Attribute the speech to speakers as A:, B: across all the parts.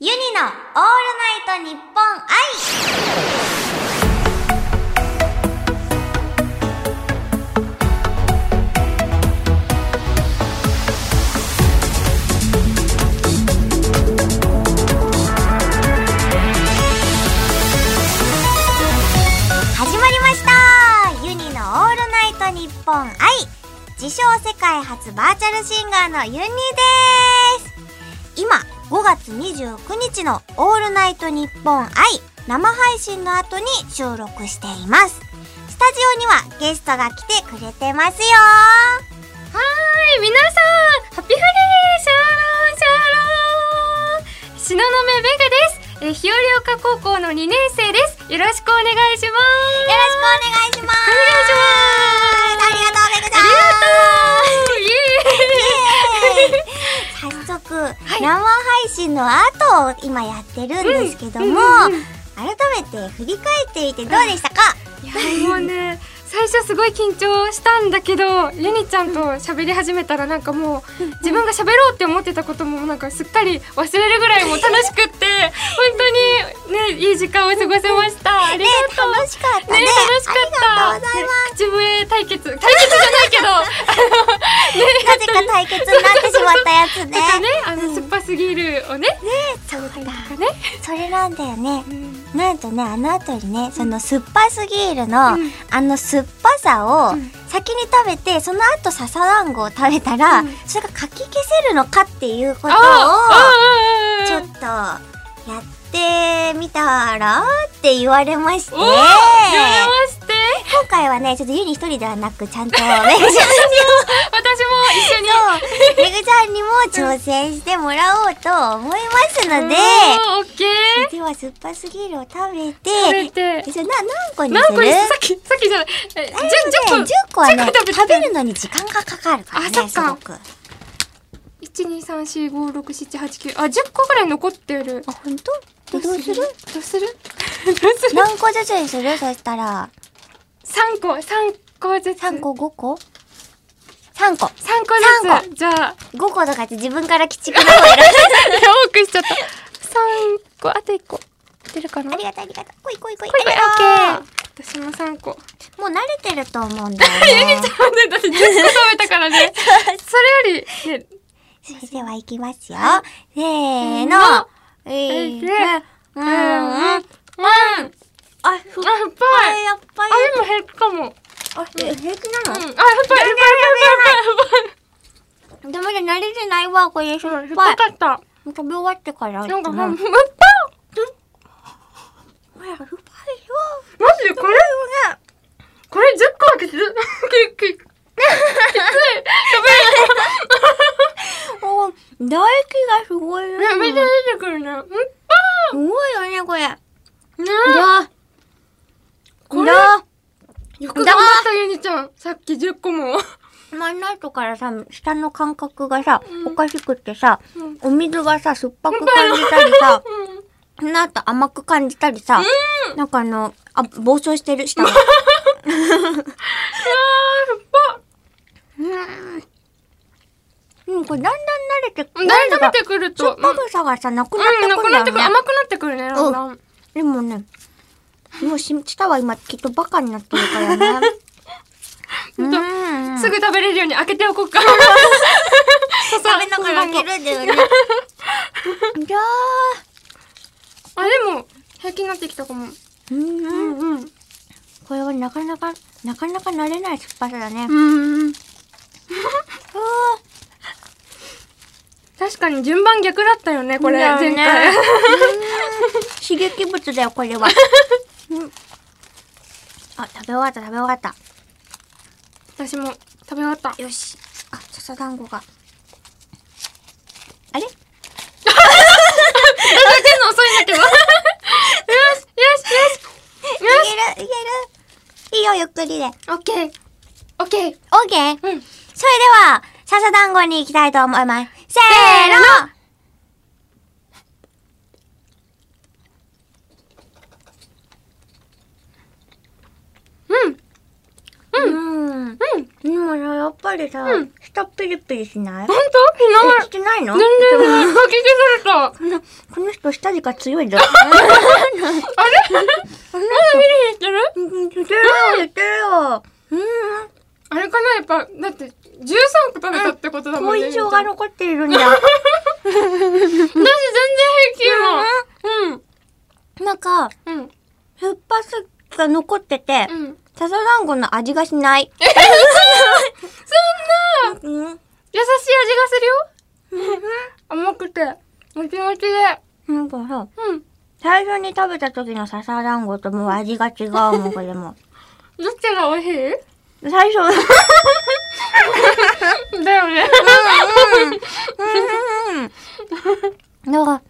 A: ユニのオールナイトニッポン愛始まりましたユニのオールナイトニッポン愛自称世界初バーチャルシンガーのユニです今5月29日の「オールナイトニッポン愛」生配信の後に収録していますスタジオにはゲストが来てくれてますよ
B: はい、皆さん、ハッピーフリー、シャーロン、シャーロン。東雲ベガです。えー、日和岡高校の2年生です。よろしくお願いしま
A: よろしくお願いしますありがとうめぐちゃん
B: す。イエーイ
A: イエーイ早速、生配信の後を今やってるんですけども、
B: うんうんうん
A: 改めて振り返ってみてどうでしたか、
B: いやもうね最初すごい緊張したんだけどユニちゃんと喋り始めたらなんかもう自分が喋ろうって思ってたこともなんかすっかり忘れるぐらいもう楽しくって本当にねいい時間を過ごせましたあり
A: ね
B: がとう
A: 楽しかったね
B: ね楽しかった
A: ありがとうございます、
B: ね口笛対決対決じゃないけど
A: なぜか対決になってしまったやつ ね
B: なんかねあの酸っぱすぎるをね
A: そうだ
B: なんかね
A: それなんだよね
B: うん
A: なんとねあの後にねその酸っぱすぎるの、
B: うん
A: あの酸っぱさを
B: うん
A: 先に食べてその後笹団子を食べたら、
B: うん
A: それがかき消せるのかっていうことを
B: あー
A: ちょっとやってみたらって言われまして
B: おーや
A: 今
B: めまして
A: 回はねちょっとユニ一人ではなくちゃんとめぐち ゃんにも
B: 私も一緒に
A: そうめぐちゃんにも挑戦してもらおうと思いますので、
B: おーオッケー
A: では酸っぱすぎるを食べて
B: 食べて
A: えじゃあな何個に
B: 何
A: す
B: 個
A: る
B: にさっきさっきじゃないえ
A: あれ
B: じゅ
A: もね
B: 10
A: 10個はね
B: 10食べて
A: 食べるのに時間がかかるからね
B: あ
A: す
B: そっか
A: ごくあ
B: 一二三四五六七八九あ十個ぐらい残ってる。
A: 本当どうする
B: どう する？どうする？
A: 何個ずつにするそしたら
B: 三個三個ずつ。
A: 3個5個3個5
B: 三
A: 三
B: 個ずつ。じゃあ
A: 個とかって自分から鬼畜な方選ぶ
B: いや多くしちゃった。三個あと一個出るかな？
A: ありがとうありがとうこいこいこい
B: これこれ
A: あ
B: オ
A: り
B: ッ
A: がと
B: ケー。私も三個。
A: うもう慣れてると思うんだ よね
B: あねだって十個食べたからね。それよりね。
A: それではいきますよせーの
B: の
A: えー
B: で
A: う
B: うんうんうん。
A: んう
B: あ
A: ん
B: っぱい。
A: ふっ
B: あ
A: やっぱり
B: 今減ったかも。
A: あえ平気
B: うん。
A: な
B: あやっ
A: の
B: ぱいやっぱいやっぱい。
A: でもね慣れてないわこれしょっ
B: 酸っ
A: ぱい
B: ぱかった。
A: 食べ終わってから
B: なんかもう、
A: う
B: うん
A: ん
B: 酸っぱ
A: ほら酸っぱいよ
B: マジでこれ
A: ね
B: これ10個はきつきききつい食べ
A: もう唾液がすごいよ
B: れるめっちゃ
A: す
B: 出てくるね。うん
A: ごいよねこれだ
B: ねこれ
A: だ
B: えよく頑張ったゆにちゃん。さっき10個も。
A: 真ん中からさ下の感覚がさ
B: うん
A: おかしくってさ
B: うん
A: お水がさ酸っぱく感じたりさ
B: うん
A: その後甘く感じたりさなんかあのあ暴走してる 下が
B: あ
A: うんうんこれだんだん慣れてく
B: ー、だいぶ食べてくると。
A: 酸っ
B: うん、
A: ぱくさがさなくなって
B: な
A: く
B: く
A: ん
B: な
A: だ
B: ってくる。
A: よね
B: 甘くなってくるね、だんだん。
A: でもね、もうし、舌は今きっとバカになってるから ね。
B: ほんと
A: うん
B: すぐ食べれるように開けておこうか。食
A: 食べながらいけるんだよね。いや
B: あ、でも、平気になってきたかも。
A: ー。うん
B: う
A: うん。
B: んうん。
A: これはなかなか、なかなか慣れない酸っぱさだね。う
B: うん。
A: わ
B: 確かに順番逆だったよね、
A: ー
B: これ、
A: だよね
B: 前回。
A: うん刺激物だよ、これは。うんあ、食べ終わった、食べ終わった。
B: 私も 食べ終わった。
A: よし。あ、笹団子が。あれ
B: 食べてんの遅いんだけど。 よし、よし、よ
A: いけるいけるいいよ、ゆっくりで。
B: し。オッケー。オッケー。
A: オッケー
B: うん。
A: それでは、笹団子に行きたいと思います。せーの
B: うん。
A: うん。
B: うん。
A: でもさ、やっぱりさ、
B: うん
A: 舌舌プリプリしない
B: 本当しな
A: し
B: い
A: てないの
B: 全然ない吐き気された
A: このこの人下地が強いぞ。
B: まだ見るに行ってる
A: 似てるよ、似てるよ。う
B: あれかなやっぱだって13個食べたってことだ
A: ん、
B: も
A: 後
B: んね、
A: 遺症が
B: み
A: 残っているんだ。
B: ーちゃん私全然平
A: なんか、
B: 気 ようん
A: 酸っぱさが残ってて、
B: うんうん
A: 笹団子の味がしない。
B: そんな
A: うん、
B: 優しい味がするよ 甘くてもちもちで
A: なんかさ、
B: うん
A: 最初に食べた時の笹団子ともう味が違うもん、これ も。
B: どっちが美味しい
A: 最初、
B: だよね。
A: うん。だから、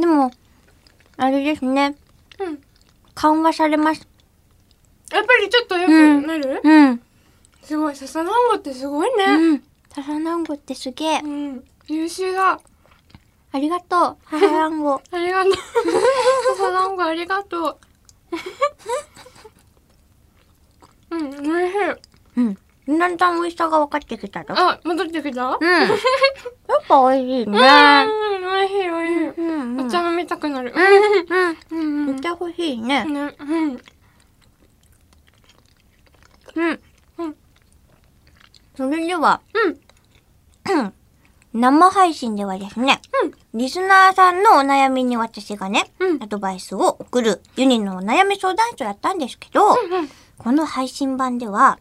A: でも、あれですね、
B: うん。
A: 緩和されます。
B: やっぱりちょっとよくなる、
A: うん。
B: すごい、笹団子ってすごいね。
A: うん。笹団子ってすげえ
B: う。ん。優秀だ。
A: ありがとう、笹団子。
B: ありがとう。 笹団子ありがとう。うん、おいしい。
A: うん。だんだん美味しさが分かってきたぞ。
B: あ、戻ってきた
A: うん。 やっぱ美味しい
B: うん、
A: ね。
B: おいしい、おいしい。
A: うん。
B: お茶飲みたくなる。
A: うん。
B: うん、うん。
A: めっちゃ欲しいね。
B: ね、うん。
A: うん。
B: うん
A: それでは、
B: うん。
A: 生配信ではですね、
B: うん
A: リスナーさんのお悩みに私がね、
B: うん
A: アドバイスを送るユニのお悩み相談所やったんですけど、
B: うん。
A: この配信版では、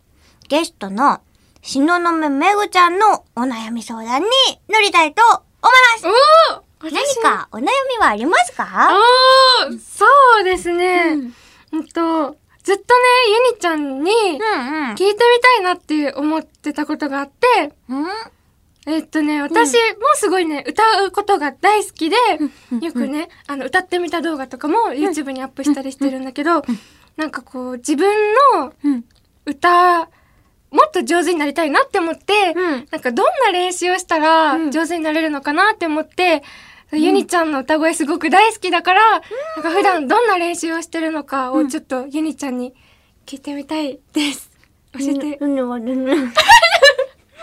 A: ゲストの東雲めぐちゃんのお悩み相談に乗りたいと思います
B: おお
A: 何かお悩みはありますか
B: おーそうですね。
A: うん
B: うんと、ずっとね、ゆにちゃんに
A: うん
B: 聞いてみたいなって思ってたことがあって、
A: うん。
B: えっとね、私もすごいね、歌うことが大好きで、よくね、あの、歌ってみた動画とかも YouTube にアップしたりしてるんだけど、なんかこう、自分の
A: うん。
B: 歌、もっと上手になりたいなって思って、
A: うん
B: なんかどんな練習をした
A: うん
B: ら上手になれるのかなって思って、ゆにちゃんの歌声すごく大好きだから、なんか普段どんな練習をしてるのかをちょっとゆにちゃんに聞いてみたいです。教えて。
A: うんうんうんうん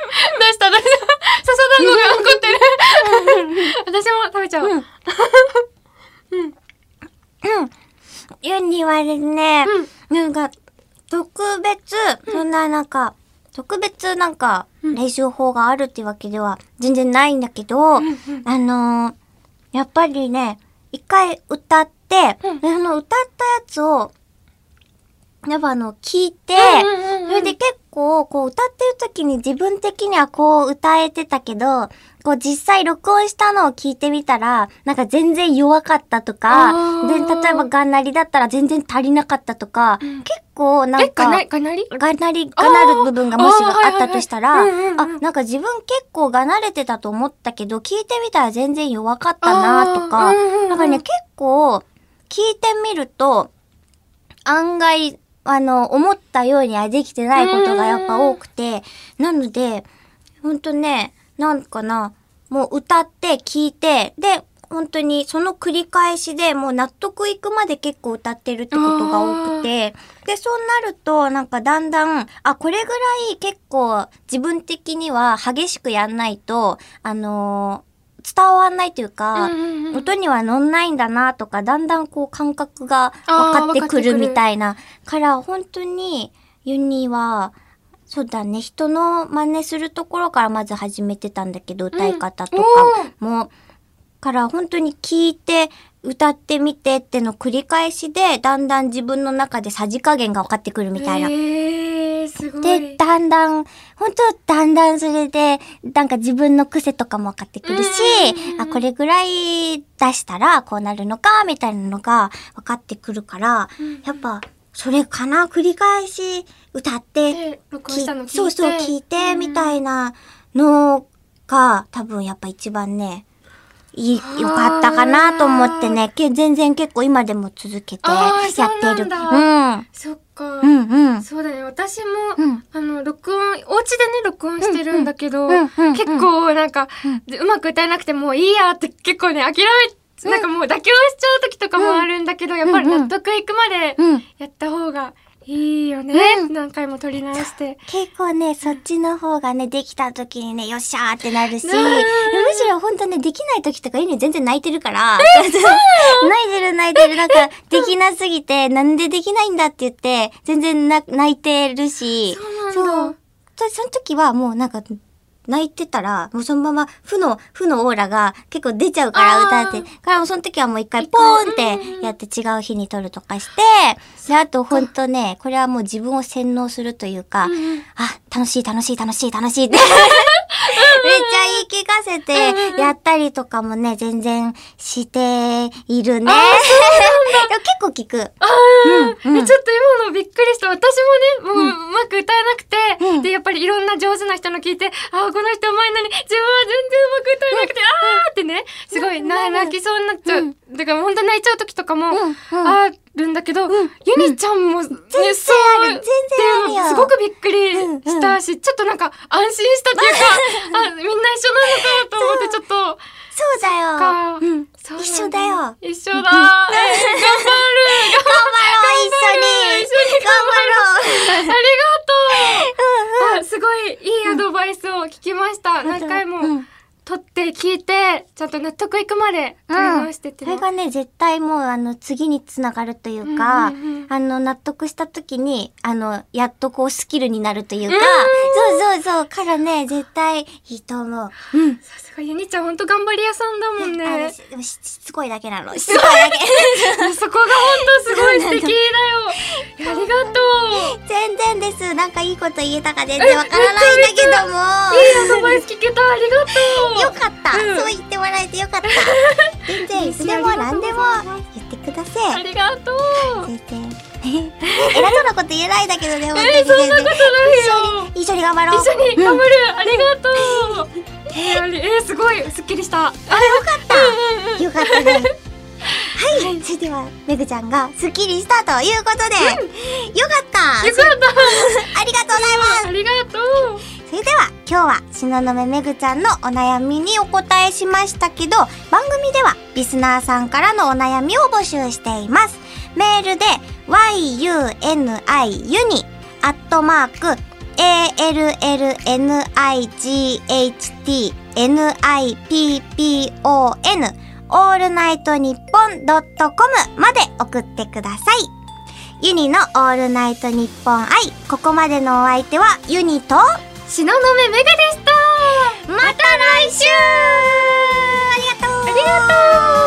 B: 出した出した笹団子が残ってる私も食べちゃう、
A: うんユニはですね、なんか、特別、そんななんか、特別なんか、
B: うん
A: 練習法があるってわけでは全然ないんだけど、
B: うん
A: あのーやっぱりね、一回歌って、
B: うん
A: でその歌ったやつを、やっぱあの、聞いて、
B: うんうんうん
A: それで結構、こう歌ってる時に自分的にはこう歌えてたけど、こう実際録音したのを聞いてみたら、なんか全然弱かったと
B: あ
A: か、で、
B: ー
A: 例えばガンナリだったら全然足りなかったとか、
B: うん
A: 結構な
B: え
A: んか、
B: かなかなり
A: がなり、がなる部分がもしあったとしたら、
B: あ
A: あ
B: ーはいはいはいうんうんうん
A: なんか自分結構がなれてたと思ったけど、聞いてみたら全然弱かったなとか、
B: あーうんうんうん
A: なんかね、結構、聞いてみると、案外、あの、思ったようにはできてないことがやっぱ多くて、なので、ほんとね、なんかな、もう歌って聞いて、で、本当にその繰り返しでもう納得いくまで結構歌ってるってことが多くて、で、そうなるとなんかだんだん、あ、これぐらい結構自分的には激しくやんないと、あのー伝わんないというか、
B: うんうんうん
A: 音には乗んないんだなとか、だんだんこう感覚が分かってく
B: あー分かってく
A: る
B: る
A: みたいな。から、本当に、ユニは、そうだね、人の真似するところからまず始めてたんだけど、歌い方とかも、から本当に聞いて、歌ってみてっての繰り返しで、だんだん自分の中でさじ加減が分かってくるみたいな。
B: えー、すごい
A: で、だんだん、本当だんだんそれで、なんか自分の癖とかも分かってくるし
B: う、ん
A: あ、これぐらい出したらこうなるのか、みたいなのが分かってくるから、やっぱ、それかな、繰り返し歌って、
B: で録音したの聞いて
A: そうそう、聞いて、みた
B: い
A: いなのが、多分やっぱ一番ね、いい、よかったかなと思ってね、け全然結構今でも続けて
B: あー
A: やって
B: そう
A: る。
B: なんそっか、
A: うん、うん、うん。
B: そうだね私も、
A: うん
B: あの録音お家でね録音してるんだけど、
A: うんうんうんうん
B: 結構なんか、でうまく歌えなくてもういいやって結構ね諦め、なんかもう妥協しちゃう時とかもあるんだけど、やっぱり納得いくまで
A: うん
B: やった方がいいよね、
A: うん
B: 何回も撮り直して
A: 結構ね、そっちの方がね、できた時にね、よっしゃーってなるし、む
B: うん
A: しろ本当ね、できない時とか、ユニ全然泣いてるから、泣いてる泣いてる、なんか、できなすぎて、 なんでできないんだって言って、全然な泣いてるし、
B: そうなんだ
A: そうそその時はもうなんか、泣いてたら、もうそのまま、負の、負のオーラが結構出ちゃうから
B: あー
A: 歌って、からもうその時はもう一回ポーンってやって違う日に撮るとかして、で、あとほんとね、これはもう自分を洗脳するというか、
B: うんうん
A: あ、楽しい楽しい楽しい楽しい って、めっちゃ言い聞かせてやったりとかもね、全然しているね。でも 結構聞く。
B: あー、
A: うんうん
B: えちょっと今のびっくりした私もねもううまく歌えなくて、
A: うん
B: でやっぱりいろんな上手な人の聞いてあーこの人うまいのに自分は全然うまく歌えなくて、あーってねすごい
A: な
B: な
A: るなる
B: 泣きそうになっちゃう、だから本当泣いちゃう時とかも、
A: うんうん
B: あるんだけど、ゆにちゃんも、ね、全
A: 然ある全然あるよ
B: すごくびっくりしたし、ちょっとなんか安心したっていう かあみんな一緒なのかと思ってちょっと。
A: そうだよ。
B: か
A: うん。
B: そうなん
A: 一緒だよ。頑張ろう、
B: 一緒だ。 頑張る。
A: 一緒に。
B: 一緒に
A: 頑張ろう。
B: ありがとう。あすごいいいアドバイスを聞きました。何回
A: う
B: も
A: ん
B: 取って聞いて、ちゃんと納得いくまで取り直してって
A: そ
B: ね。
A: れがね、絶対もう、あの、次につながるというか、
B: うんうんうん
A: あの、納得した時に、あの、やっとこう、スキルになるというか、
B: うん
A: そうそうそう、からね、絶対いいと思う。うん。
B: さすがゆにちゃん本当頑張り屋さんだもん
A: あれ
B: ね。
A: しでもししつこいだけなの。しつこいだけ。
B: そこが本当すごい素敵だよ。いやありがとう。
A: 全然です。なんかいいこと言えたか全然わからないんだけども。
B: いいアドバイス聞けた。ありがとう。
A: よかった、
B: うん
A: そう言ってもらえてよかった。全 然いつでも何でも言ってくだ
B: あ
A: さい。
B: りがとう。
A: 全然。 偉そうなこと言えないんだけどね、本当に
B: えー、
A: 全
B: そんなこ
A: 然。
B: とないよ。
A: 一緒に頑張ろう。
B: 一緒に
A: うん
B: 頑張る、ありがとうえーありえーすごいすっきりしたあよかった
A: よか ったね。はい、それでは、めぐちゃんがスッキリしたということで、よかった
B: よかっ
A: ありがとうございます
B: たありがとう
A: それでは今日は東雲めぐちゃんのお悩みにお答えしましたけど番組ではリスナーさんからのお悩みを募集していますメールで yuniuni アットマーク allnighttnippon オールナイトニッポンドットコムまで送ってくださいユニのオールナイトニッポン愛ここまでのお相手はユニと
B: 東雲メガでした
A: また来週ありがとうありがとう